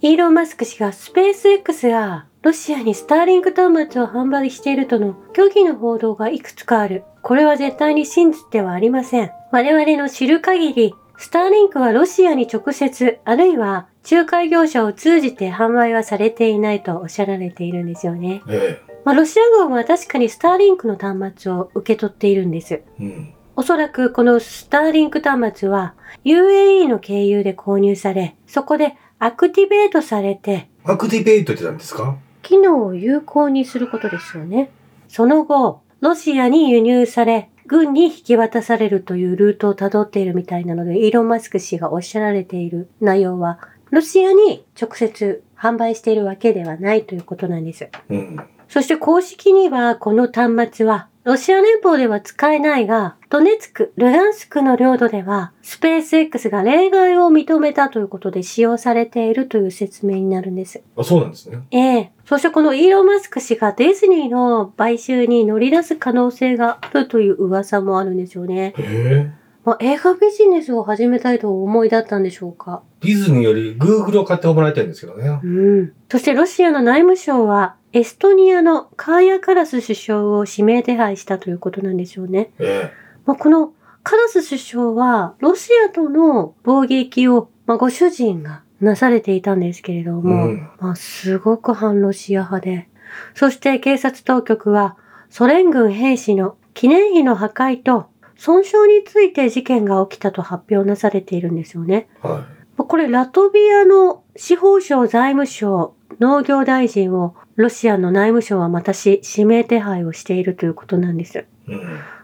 イーロン・マスク氏がスペース X がロシアにスターリンク端末を販売しているとの虚偽の報道がいくつかある。これは絶対に真実ではありません。我々の知る限り、スターリンクはロシアに直接、あるいは仲介業者を通じて販売はされていないとおっしゃられているんですよね。えまあ、ロシア軍は確かにスターリンクの端末を受け取っているんです。え。うん。おそらくこのスターリンク端末は UAE の経由で購入され、そこでアクティベートされて、アクティベートってなんですか機能を有効にすることですよね。その後、ロシアに輸入され、軍に引き渡されるというルートをたどっているみたいなので、イーロン・マスク氏がおっしゃられている内容は、ロシアに直接販売しているわけではないということなんです。うん。そして公式にはこの端末はロシア連邦では使えないが、ドネツク、ルガンスクの領土ではスペース X が例外を認めたということで使用されているという説明になるんです。あ、そうなんですね。ええ。そしてこのイーロン・マスク氏がディズニーの買収に乗り出す可能性があるという噂もあるんですよね。へえ。まあ、映画ビジネスを始めたいとお思いだったんでしょうか。ディズニーより Google を買ってもらいたいんですけどね。うん。そしてロシアの内務省は、エストニアのカーヤ・カラス首相を指名手配したということなんでしょうね。えまあ、このカラス首相は、ロシアとの貿易を、まあ、ご主人がなされていたんですけれどえ。も、うん。まあ、すごく反ロシア派で、そして警察当局は、ソ連軍兵士の記念碑の破壊と損傷について事件が起きたと発表なされているんですよね。はまあこれ、ラトビアの司法省、財務省、農業大臣をロシアの内務省はまたし指名手配をしているということなんです。い。うん。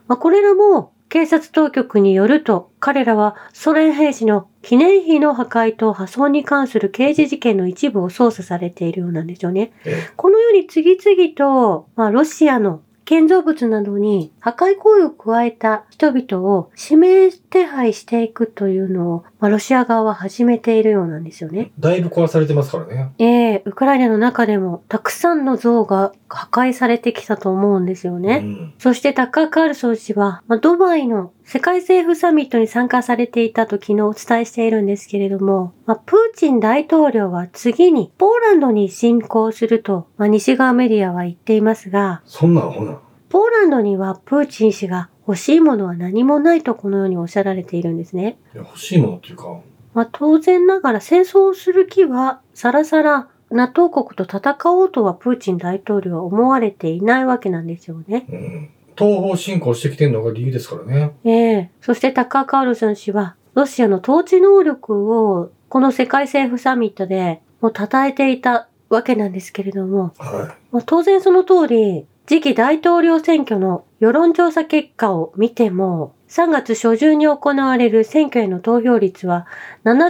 まあこれらも警察当局によると、彼らはソ連兵士の記念碑の破壊と破損に関する刑事事件の一部を捜査されているようなんですよね。えこのように次々と、まあ、ロシアの建造物などに破壊行為を加えた人々を指名手配していくというのを、まあ、ロシア側は始めているようなんですよね。え。だいぶ壊されてますからね。ええウクライナの中でもたくさんの像が破壊されてきたと思うんですよね。うん。そしてタッカー・カールソン氏は、まあドバイの世界政府サミットに参加されていたと昨日お伝えしているんですけれども、まあプーチン大統領は次にポーランドに侵攻すると、まあ西側メディアは言っていますが、そんなんほな。ポーランドにはプーチン氏が欲しいものは何もないとこのようにおっしゃられているんですね。いや、欲しいものっていうか。まあ当然ながら戦争をする気はさらさら NATO 国と戦おうとはプーチン大統領は思われていないわけなんですよね。うん。東方進行してきてるのが理由ですからね。ええそしてタッカー・カールソン氏は、ロシアの統治能力を、この世界政府サミットでもう称えていたわけなんですけれども、はまあ、当然その通り、次期大統領選挙の世論調査結果を見ても、3月初旬に行われる選挙への投票率は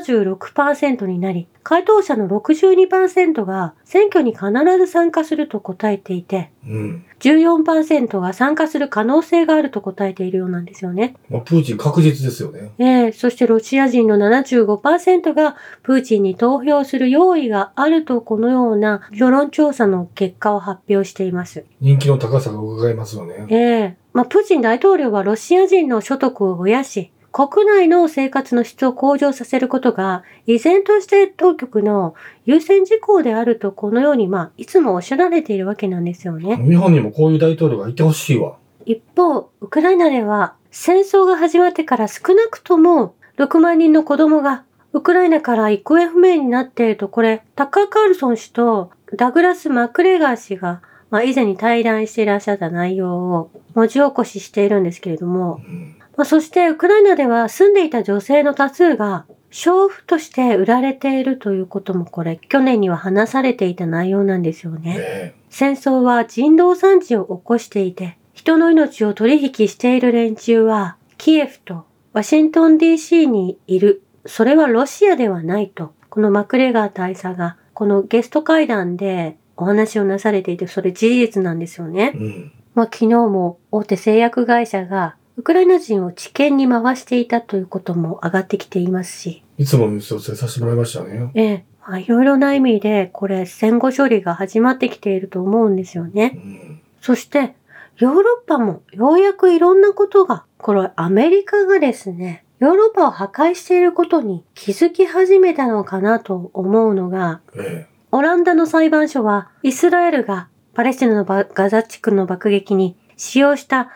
76%になり、回答者の62%が選挙に必ず参加すると答えていて、い。うん。 14%が参加する可能性があると答えているようなんですよね。まあ、プーチン確実ですよね。ええそしてロシア人の75%がプーチンに投票する用意があるとこのような世論調査の結果を発表しています。人気の高さが伺えますよね。ええまあ、プーチン大統領はロシア人の所得を増やし、国内の生活の質を向上させることが、依然として当局の優先事項であるとこのように、まあ、いつもおっしゃられているわけなんですよね。日本にもこういう大統領がいてほしいわ。一方、ウクライナでは戦争が始まってから少なくとも6万人の子供がウクライナから行方不明になっていると、これ、タッカー・カールソン氏とダグラス・マクレガー氏が、まあ、以前に対談していらっしゃった内容を文字起こししているんですけれどもう、ん。まあ、そしてウクライナでは住んでいた女性の多数が娼婦として売られているということもこれ、去年には話されていた内容なんですよね。え戦争は人道惨事を起こしていて、人の命を取引している連中は、キエフとワシントン DC にいる。それはロシアではないと、このマクレガー大佐が、このゲスト会談でお話をなされていて、それ事実なんですよねえ。。うん。まあ、昨日も大手製薬会社が、ウクライナ人を治験に回していたということも上がってきていますし、いつものニュースを伝えさせてもらいましたね。ええ、まあいろいろな意味で、これ戦後処理が始まってきていると思うんですよねう。ん。そして、ヨーロッパもようやくいろんなことが、これアメリカがですね、ヨーロッパを破壊していることに気づき始めたのかなと思うのが、えオランダの裁判所は、イスラエルがパレスチナのばガザ地区の爆撃に使用した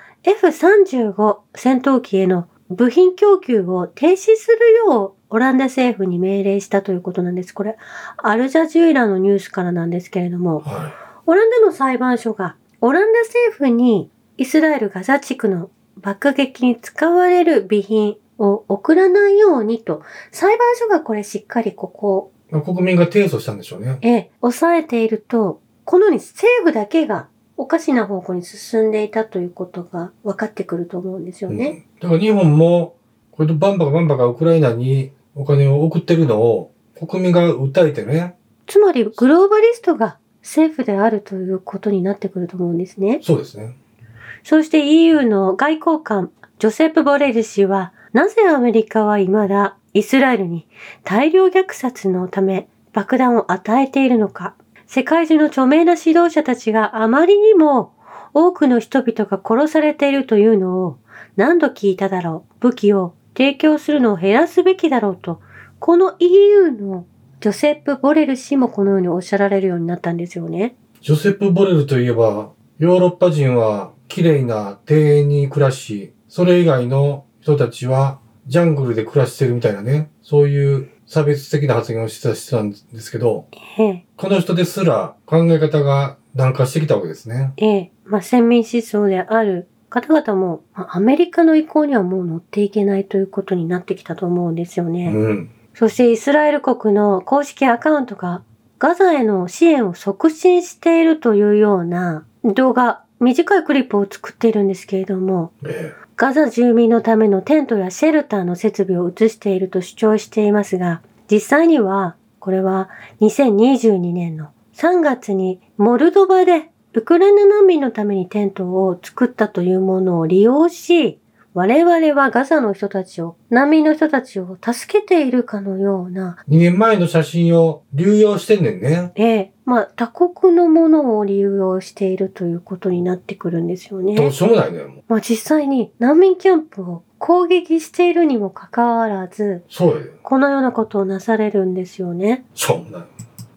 F35 戦闘機への部品供給を停止するようオランダ政府に命令したということなんです。これ、アルジャジューラのニュースからなんですけれどもえ。、はオランダの裁判所が、オランダ政府にイスラエルガザ地区の爆撃に使われる備品を送らないようにと、裁判所がこれしっかりここをい。まあ国民が提訴したんでしょうね。ええ、抑えていると、このように政府だけがおかしな方向に進んでいたということが分かってくると思うんですようね。んだから日本も、これでバンバカバンバカウクライナにお金を送ってるのを、国民が訴えてね。つまり、グローバリストが政府であるということになってくると思うんですね。そうですね。そして EU の外交官、ジョセフ・ボレル氏は、なぜアメリカは未だイスラエルに大量虐殺のため爆弾を与えているのか。世界中の著名な指導者たちがあまりにも多くの人々が殺されているというのを何度聞いただろう。武器を提供するのを減らすべきだろうと、この EU のジョセップ・ボレル氏もこのようにおっしゃられるようになったんですよね。ジョセフ・ボレルといえば、ヨーロッパ人は綺麗な庭園に暮らし、それ以外の人たちはジャングルで暮らしてるみたいなね、そういう差別的な発言をしてた人なんですけど、ええこの人ですら考え方が難化してきたわけですね。ええ、まあ、先民思想である方々も、まあアメリカの意向にはもう乗っていけないということになってきたと思うんですよね。うん。そしてイスラエル国の公式アカウントがガザへの支援を促進しているというような動画、短いクリップを作っているんですけれども、えガザ住民のためのテントやシェルターの設備を移していると主張していますが、実際には、これは2022年の3月にモルドバでウクライナ難民のためにテントを作ったというものを利用し、我々はガザの人たちを、難民の人たちを助けているかのような、え。2年前の写真を流用してんねんね。ええ、まあ他国のものを利用しているということになってくるんですよね。どうしようもないね。もうまあ、実際に難民キャンプを攻撃しているにもかかわらず、そうやで。このようなことをなされるんですよね。しょうもない。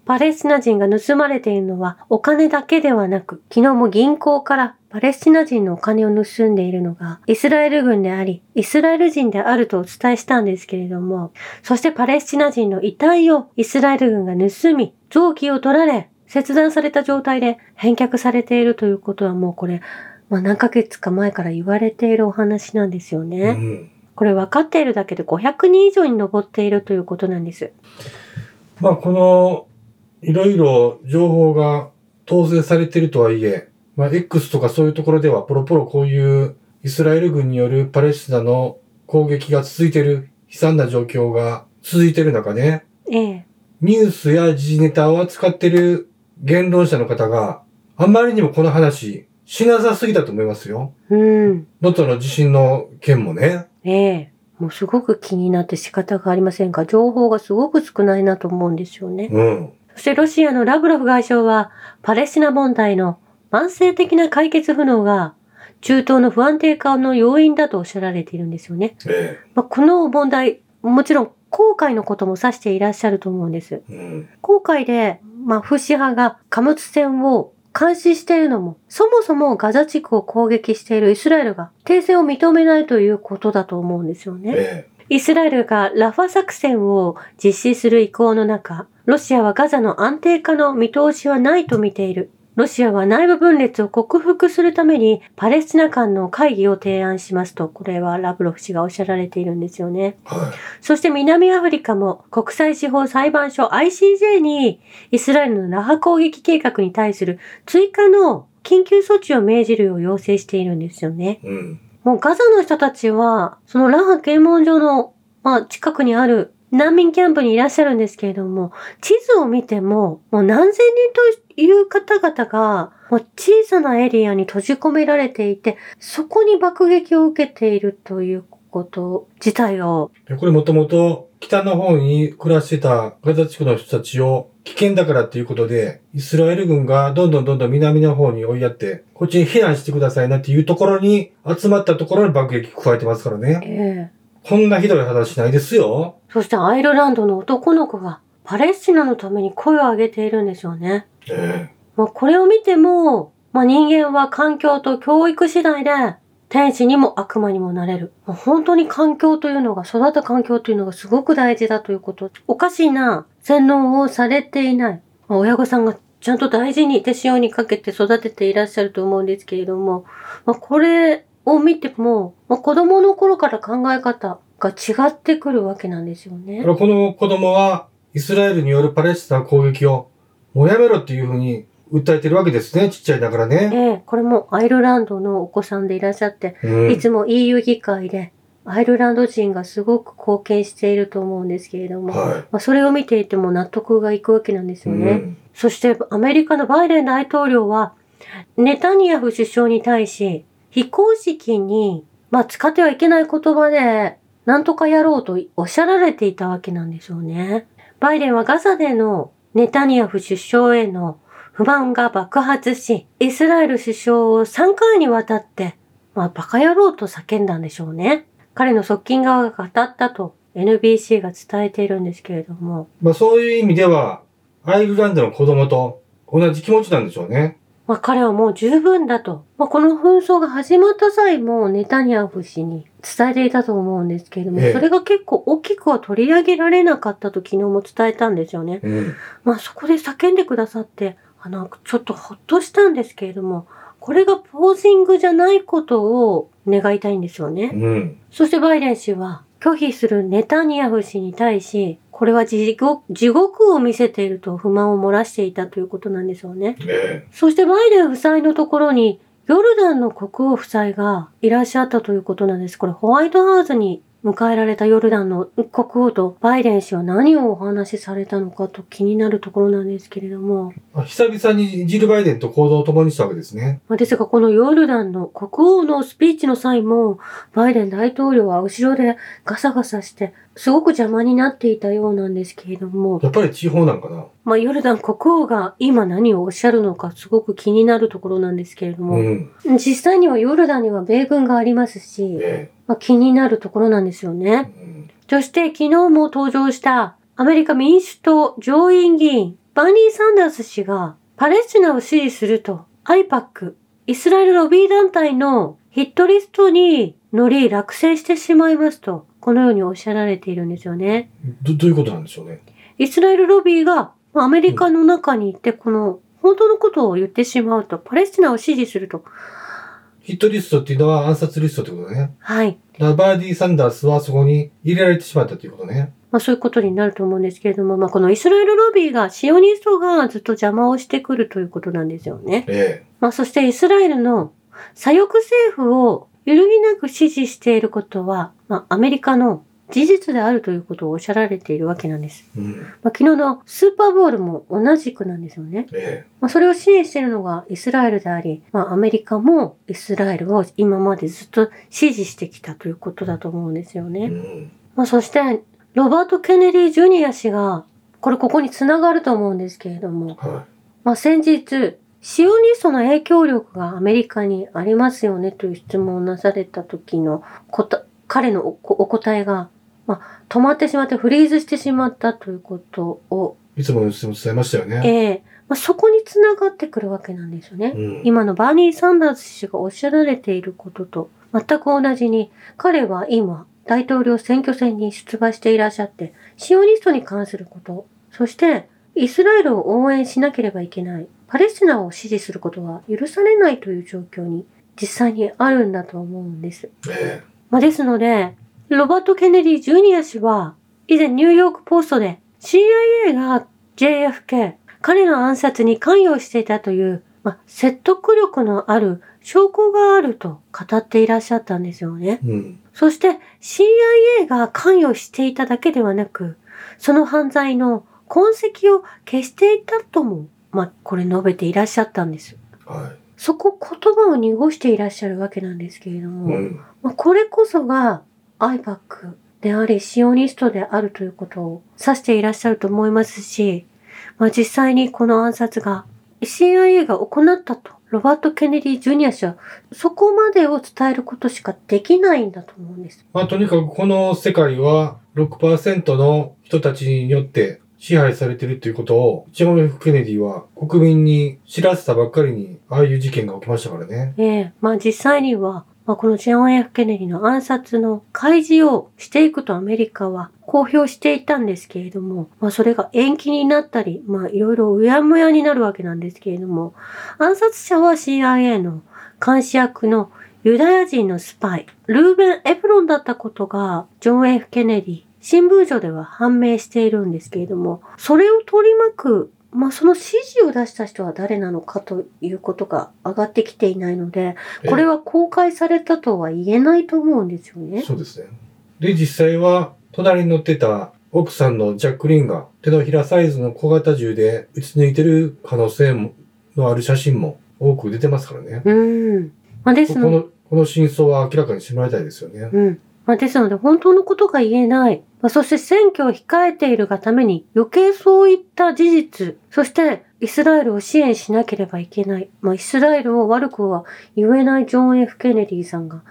パレスチナ人が盗まれているのはお金だけではなく、昨日も銀行からパレスチナ人のお金を盗んでいるのがイスラエル軍であり、イスラエル人であるとお伝えしたんですけれども、そしてパレスチナ人の遺体をイスラエル軍が盗み、臓器を取られ、切断された状態で返却されているということはもうこれ、まあ何ヶ月か前から言われているお話なんですようね。ん。これ分かっているだけで500人以上に上っているということなんです。まあ、この、いろいろ情報が統制されてるとはいえ、まあ、X とかそういうところではポロポロこういうイスラエル軍によるパレスチナの攻撃が続いてる、悲惨な状況が続いてる中ね、ええ。ニュースや時事ネタを扱ってる言論者の方があまりにもこの話、しなさすぎだと思いますよ。うん。能登の地震の件もね。ええ。もうすごく気になって仕方がありませんが、情報がすごく少ないなと思うんですよね。うん。そしてロシアのラブロフ外相は、パレスチナ問題の慢性的な解決不能が、中東の不安定化の要因だとおっしゃられているんですよね。えまあ、この問題、もちろん後悔のことも指していらっしゃると思うんです。え。うん。後悔で、まあ、フシ派が貨物船を監視しているのも、そもそもガザ地区を攻撃しているイスラエルが停戦を認めないということだと思うんですよね。えイスラエルがラファ作戦を実施する意向の中、ロシアはガザの安定化の見通しはないと見ている。ロシアは内部分裂を克服するためにパレスチナ間の会議を提案しますと、これはラブロフ氏がおっしゃられているんですよね。え。はい。そして南アフリカも国際司法裁判所 ICJ にイスラエルのラハ攻撃計画に対する追加の緊急措置を命じるよう要請しているんですよね。うん。もうガザの人たちは、そのラハ検問所の、まあ、近くにある難民キャンプにいらっしゃるんですけれども、地図を見ても、もう何千人という方々が、もう小さなエリアに閉じ込められていて、そこに爆撃を受けているということ自体を、で、これもともと北の方に暮らしてたガザ地区の人たちを危険だからっていうことで、イスラエル軍がどんどんどんどん南の方に追いやって、こっちに避難してくださいなっていうところに集まったところに爆撃加えてますからね。ええこんなひどい話ないですよ。そしてアイルランドの男の子がパレスチナのために声を上げているんでしょうね。えまあ、これを見ても、まあ、人間は環境と教育次第で天使にも悪魔にもなれる。まあ、本当に環境というのが、育った環境というのがすごく大事だということ。おかしな洗脳をされていない。まあ、親御さんがちゃんと大事に手塩にかけて育てていらっしゃると思うんですけれども、まあ、これを見ても、まあ、子供の頃から考え方が違ってくるわけなんですよえね。この子供は、イスラエルによるパレスチナ攻撃を、もうやめろっていうふうに訴えてるわけですね。ちっちゃいながらえね。え、これもアイルランドのお子さんでいらっしゃって、うんいつも EU 議会でアイルランド人がすごく貢献していると思うんですけれども、はまあ、それを見ていても納得がいくわけなんですい。よね。うんそしてアメリカのバイデン大統領はネタニヤフ首相に対し非公式に、まあ、使ってはいけない言葉でなんとかやろうとおっしゃられていたわけなんでしょうね。バイデンはガザでのネタニヤフ首相への不満が爆発し、イスラエル首相を3回にわたって、まあ、バカ野郎と叫んだんでしょうね。彼の側近側が語ったと NBC が伝えているんですけれども、まあそういう意味では、アイルランドの子供と同じ気持ちなんでしょうね。まあ、彼はもう十分だと。まあ、この紛争が始まった際もネタニヤフ氏に伝えていたと思うんですけれども、ええそれが結構大きくは取り上げられなかったと昨日も伝えたんですよね。うん。まあ、そこで叫んでくださって、あの、ちょっとほっとしたんですけれども、これがポージングじゃないことを願いたいんですよね。うん。そしてバイデン氏は拒否するネタニヤフ氏に対し、これは地獄地獄を見せていると不満を漏らしていたということなんですよね。えそしてバイデン夫妻のところにヨルダンの国王夫妻がいらっしゃったということなんです。これホワイトハウスに迎えられたヨルダンの国王とバイデン氏は何をお話しされたのかと気になるところなんですけれども、え久々にジル・バイデンと行動を共にしたわけですね。まあですがこのヨルダンの国王のスピーチの際もバイデン大統領は後ろでガサガサしてすごく邪魔になっていたようなんですけれども、やっぱり地方なんかな。まあ、ヨルダン国王が今何をおっしゃるのかすごく気になるところなんですけれども、うん。実際にはヨルダンには米軍がありますし、えまあ、気になるところなんですよえね。うんそして昨日も登場したアメリカ民主党上院議員バーニー・サンダース氏がパレスチナを支持すると IPAC、イスラエルロビー団体のヒットリストに乗り落選してしまいますと、このようにおっしゃられているんですよね。ど、どういうことなんでしょうね。イスラエルロビーがまあアメリカの中に行ってこの本当のことを言ってしまうと、パレスチナを支持すると、ヒットリストっていうのは暗殺リストってことね。はい、ラバーディ・サンダースはそこに入れられてしまったっていうことね。まあ、そういうことになると思うんですけれども、まあ、このイスラエルロビーが、シオニストがずっと邪魔をしてくるということなんですよね。えまあ、そしてイスラエルの左翼政府を揺るぎなく支持していることは、まあ、アメリカの事実であるということをおっしゃられているわけなんです。え。うん。まあ、昨日のスーパーボールも同じくなんですよね。えまあ、それを支援しているのがイスラエルであり、まあ、アメリカもイスラエルを今までずっと支持してきたということだと思うんですよね。え。うん。まあ、そして、ロバート・ケネディ・ジュニア氏が、これここに繋がると思うんですけれども、はまあ、先日、シオニストの影響力がアメリカにありますよねという質問をなされた時のこと彼のおお答えが、まあ、止まってしまってフリーズしてしまったということを、い。いつもの質問伝えましたよね。ええまあ、そこに繋がってくるわけなんですよね。うん。今のバーニー・サンダース氏がおっしゃられていることと全く同じに、彼は今、大統領選挙戦に出馬していらっしゃって、シオニストに関すること、そして、イスラエルを応援しなければいけない、パレスチナを支持することは許されないという状況に実際にあるんだと思うんです。えまあ、ですので、ロバート・ケネディ・ジュニア氏は、以前ニューヨークポストで CIA が JFK、彼の暗殺に関与していたという、まあ、説得力のある証拠があると語っていらっしゃったんですよね。え。うん。そして CIA が関与していただけではなく、その犯罪の痕跡を消していたとも、まあ、これ述べていらっしゃったんです。はそこ言葉を濁していらっしゃるわけなんですけれどい。も、うん。まあこれこそが IPAC であり、シオニストであるということを指していらっしゃると思いますし、まあ、実際にこの暗殺が CIA が行ったとロバート・ケネディ・ジュニア氏は、そこまでを伝えることしかできないんだと思うんです。まあ、とにかくこの世界は6%の人たちによって支配されてるということを、ジョン・ F ・ケネディは国民に知らせたばっかりに、ああいう事件が起きましたからね。ええまあ実際には、まあ、このジョン・ F ・ケネディの暗殺の開示をしていくとアメリカは公表していたんですけれども、まあそれが延期になったり、まあいろいろうやむやになるわけなんですけれども、暗殺者は CIA の監視役のユダヤ人のスパイ、ルーベン・エプロンだったことが、ジョン・ F ・ケネディ、新聞上では判明しているんですけれども、それを取り巻く、まあその指示を出した人は誰なのかということが上がってきていないので、これはは公開されたとは言えないと思うんですよね。そうですね。で、実際は、隣に乗ってた奥さんのジャック・リンが、手のひらサイズの小型銃で撃ち抜いてる可能性ものある写真も多く出てますからね。うん。まあ、ですここので、の、この真相は明らかにしてもらいたいですよね。うん。まあ、ですので、本当のことが言えない。まあ、そして選挙を控えているがために、余計そういった事実、そしてイスラエルを支援しなければいけない。まあ、イスラエルを悪くは言えないジョン・ F ・ケネディさんが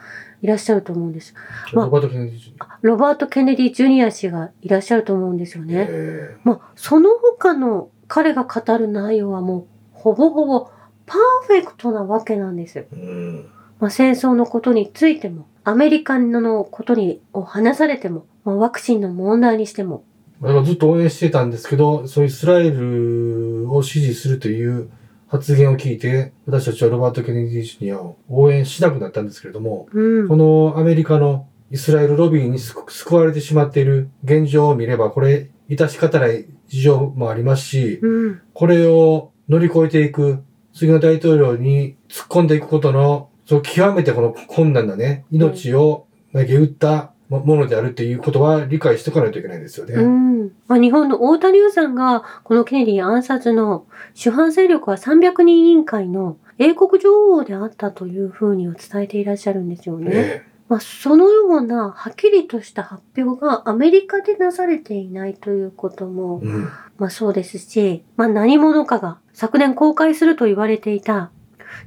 いらっしゃると思うんです。まあロバート・ケネディあロバート・ケネディ・ジュニア氏がいらっしゃると思うんですよね。えまあ、その他の彼が語る内容はもうほぼほぼパーフェクトなわけなんです。ーうん。まあ、戦争のことについても、アメリカのことにを話されても、まあ、ワクチンの問題にしても、だからずっと応援してたんですけど、そういうイスラエルを支持するという発言を聞いて、私たちはロバート・ケネディ・ジュニアを応援しなくなったんですけれども、うんこ、のアメリカのイスラエルロビーに救救われてしまっている現状を見れば、これ、致し方ない事情もありますし、うん、これを乗り越えていく、次の大統領に突っ込んでいくことの、そう極めてこの困難なね、命を投げ打ったもものであるということは理解しておかないといけないですよね。うん。まあ、日本の太田龍さんが、このケネディ暗殺の主犯勢力は300人委員会の英国女王であったというふうには伝えていらっしゃるんですよね。えまあ、そのようなはっきりとした発表がアメリカでなされていないということえも、うん。まあそうですし、まあ何者かが昨年公開すると言われていた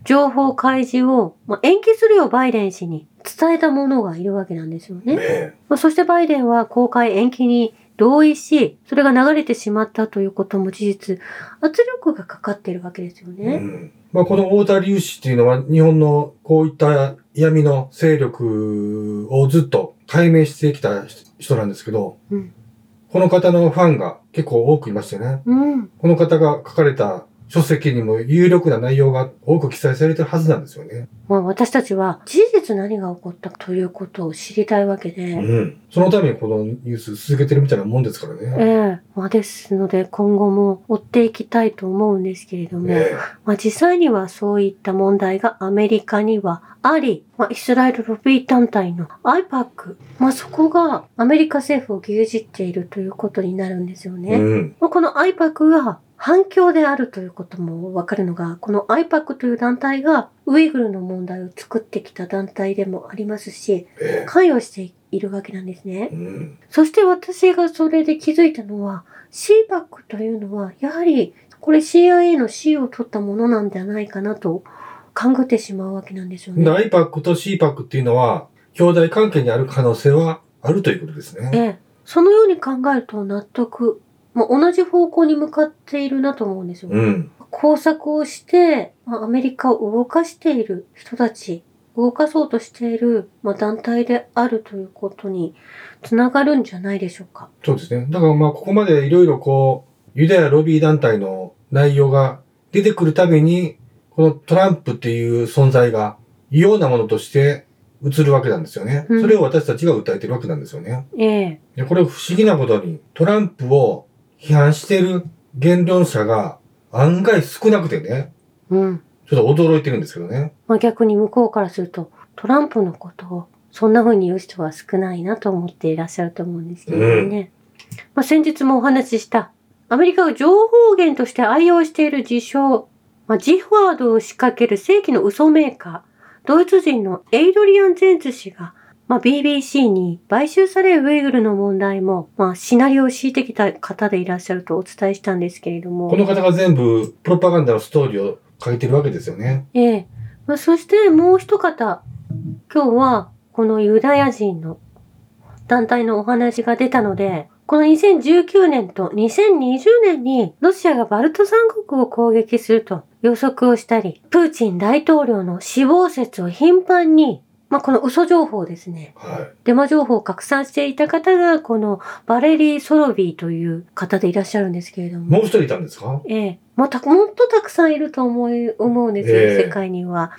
情報開示を、まあ、延期するようバイデン氏に伝えた者がいるわけなんですよね。えまあ、そしてバイデンは公開延期に同意し、それが流れてしまったということも事実、圧力がかかっているわけですよえうね。んまあ、この太田隆史っていうのは日本のこういった闇の勢力をずっと解明してきた人なんですけど、うん。この方のファンが結構多くいましてね、うん。この方が書かれた書籍にも有力な内容が多く記載されてるはずなんですよね。まあ私たちは事実何が起こったということを知りたいわけで、うん。そのためにこのニュース続けてるみたいなもんですからええね。まあですので今後も追っていきたいと思うんですけれども、えまあ、実際にはそういった問題がアメリカにはあり、まあ、イスラエルロビー団体の IPAC、まあ、そこがアメリカ政府を牛耳っているということになるんですよえね。うん。まあ、この IPAC が反共であるということもわかるのが、この IPAC という団体がウイグルの問題を作ってきた団体でもありますし、え関与しているわけなんですねえ。うん。そして私がそれで気づいたのは CPAC というのはやはりこれ CIA の C を取ったものなんじゃないかなと勘ぐってしまうわけなんですよで、ね。 IPAC と CPAC っていうのは、兄弟関係にある可能性はあるということですえね。え、そのように考えると納得、まあ、同じ方向に向かっているなと思うんですよ。うん。工作をして、まあ、アメリカを動かしている人たち、動かそうとしている、まあ、団体であるということにつながるんじゃないでしょうか。そうですね。だからまあ、ここまでいろいろこう、ユダヤロビー団体の内容が出てくるたびに、このトランプっていう存在が異様なものとして映るわけなんですよね。うんそれを私たちが訴えてるわけなんですよね。ええ、で、これ不思議なことに、トランプを批判してる言論者が案外少なくてね、うん。ちょっと驚いてるんですけどね。まあ、逆に向こうからするとトランプのことをそんな風に言う人は少ないなと思っていらっしゃると思うんですけどね。まあ、先日もお話ししたアメリカが情報源として愛用している自称、まあ、ジフワードを仕掛ける正規の嘘メーカー、ドイツ人のエイドリアン・ゼンツ氏が、まあ、BBC に買収されウイグルの問題も、まあ、シナリオを敷いてきた方でいらっしゃるとお伝えしたんですけれども。この方が全部プロパガンダのストーリーを書いてるわけですよね。ええ。まあそしてもう一方、今日はこのユダヤ人の団体のお話が出たので、この2019年と2020年にロシアがバルト三国を攻撃すると予測をしたり、プーチン大統領の死亡説を頻繁に、まあ、この嘘情報ですね。はい。デマ情報を拡散していた方が、このバレリー・ソロビーという方でいらっしゃるんですけれども。もう一人いたんですかええ、また、もっとたくさんいると思い、思うんですよ、ええ世界には。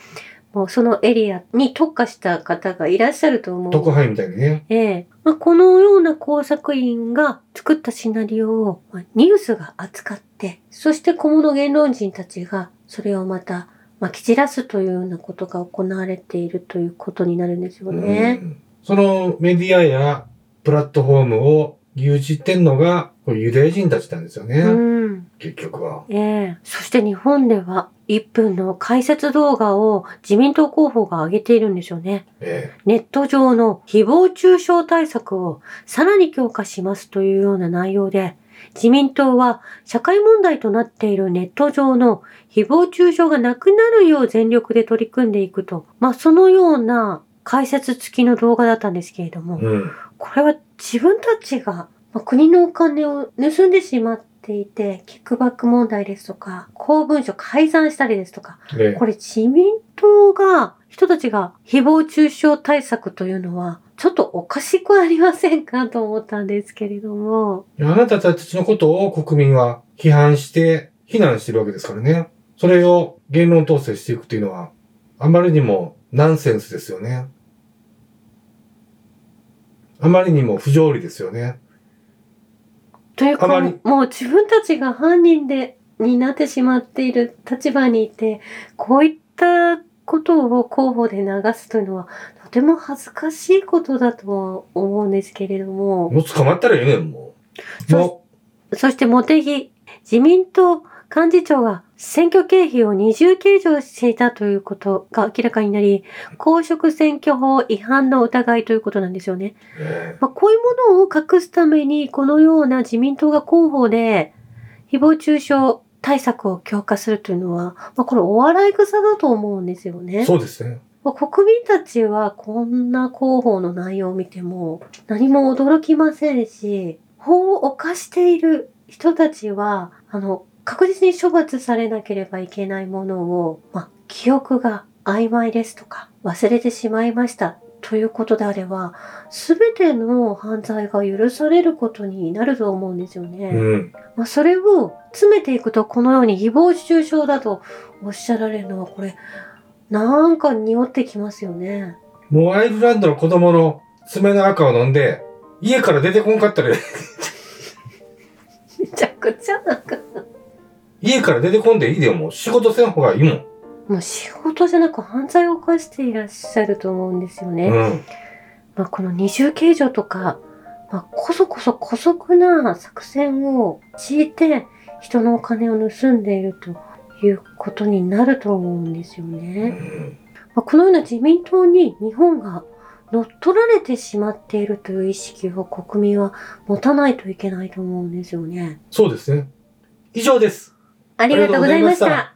もうそのエリアに特化した方がいらっしゃると思特う。派員みたいにね。ええ。まあ、このような工作員が作ったシナリオをまあニュースが扱って、そして小物言論人たちがそれをまた、まあ、き散らすというようなことが行われているということになるんですよね。うんそのメディアやプラットフォームを牛耳ってんのが、こうユダヤ人たちなんですよね。うん結局は。ええそして日本では1分の解説動画を自民党候補が上げているんですよね。えネット上の誹謗中傷対策をさらに強化しますというような内容で、自民党は社会問題となっているネット上の誹謗中傷がなくなるよう全力で取り組んでいくと、まあそのような解説付きの動画だったんですけれどもえ、うん。これは自分たちが、まあ国のお金を盗んでしまっていて、キックバック問題ですとか、公文書改ざんしたりですとか、ええこれ自民党が、人たちが誹謗中傷対策というのは、ちょっとおかしくありませんかと思ったんですけれども、いやあなたたちのことを国民は批判して、非難してるわけですからね。それを言論統制していくっていうのは、あまりにもナンセンスですよね。あまりにも不条理ですよね。というかあまり、もう自分たちが犯人で、になってしまっている立場にいて、こういったことを広報で流すというのは、とても恥ずかしいことだとは思うんですけれども、もう捕まったらええねん、もう。そうもそして茂木自民党幹事長が選挙経費を二重計上していたということが明らかになり、公職選挙法違反の疑いということなんですよね。う、えまあ、こういうものを隠すために、このような自民党が広報で、誹謗中傷対策を強化するというのは、まあ、これお笑い草だと思うんですよえね。そうですね。まあ、国民たちはこんな広報の内容を見ても何も驚きませんし、法を犯している人たちは、あの、確実に処罰されなければいけないものを、まあ、記憶が曖昧ですとか、忘れてしまいましたということであれば、すべての犯罪が許されることになると思うんですよね。うん。まあ、それを詰めていくとこのように誹謗中傷だとおっしゃられるのはこれなんか匂ってきますよね。もうアイルランドの子供の爪の赤を飲んで、家から出てこんかったらええ、めちゃくちゃなんか家から出てこんでいいでよ、もう。仕事せん方がいいもん。もう仕事じゃなく犯罪を犯していらっしゃると思うんですよね。うん。まあ、この二重形状とか、まあ、こそこそ姑息な作戦を敷いて人のお金を盗んでいるということになると思うんですよね。うん。まあこのような自民党に日本が乗っ取られてしまっているという意識を国民は持たないといけないと思うんですよね。そうですね。以上です。ありがとうございましありがとうございましたた。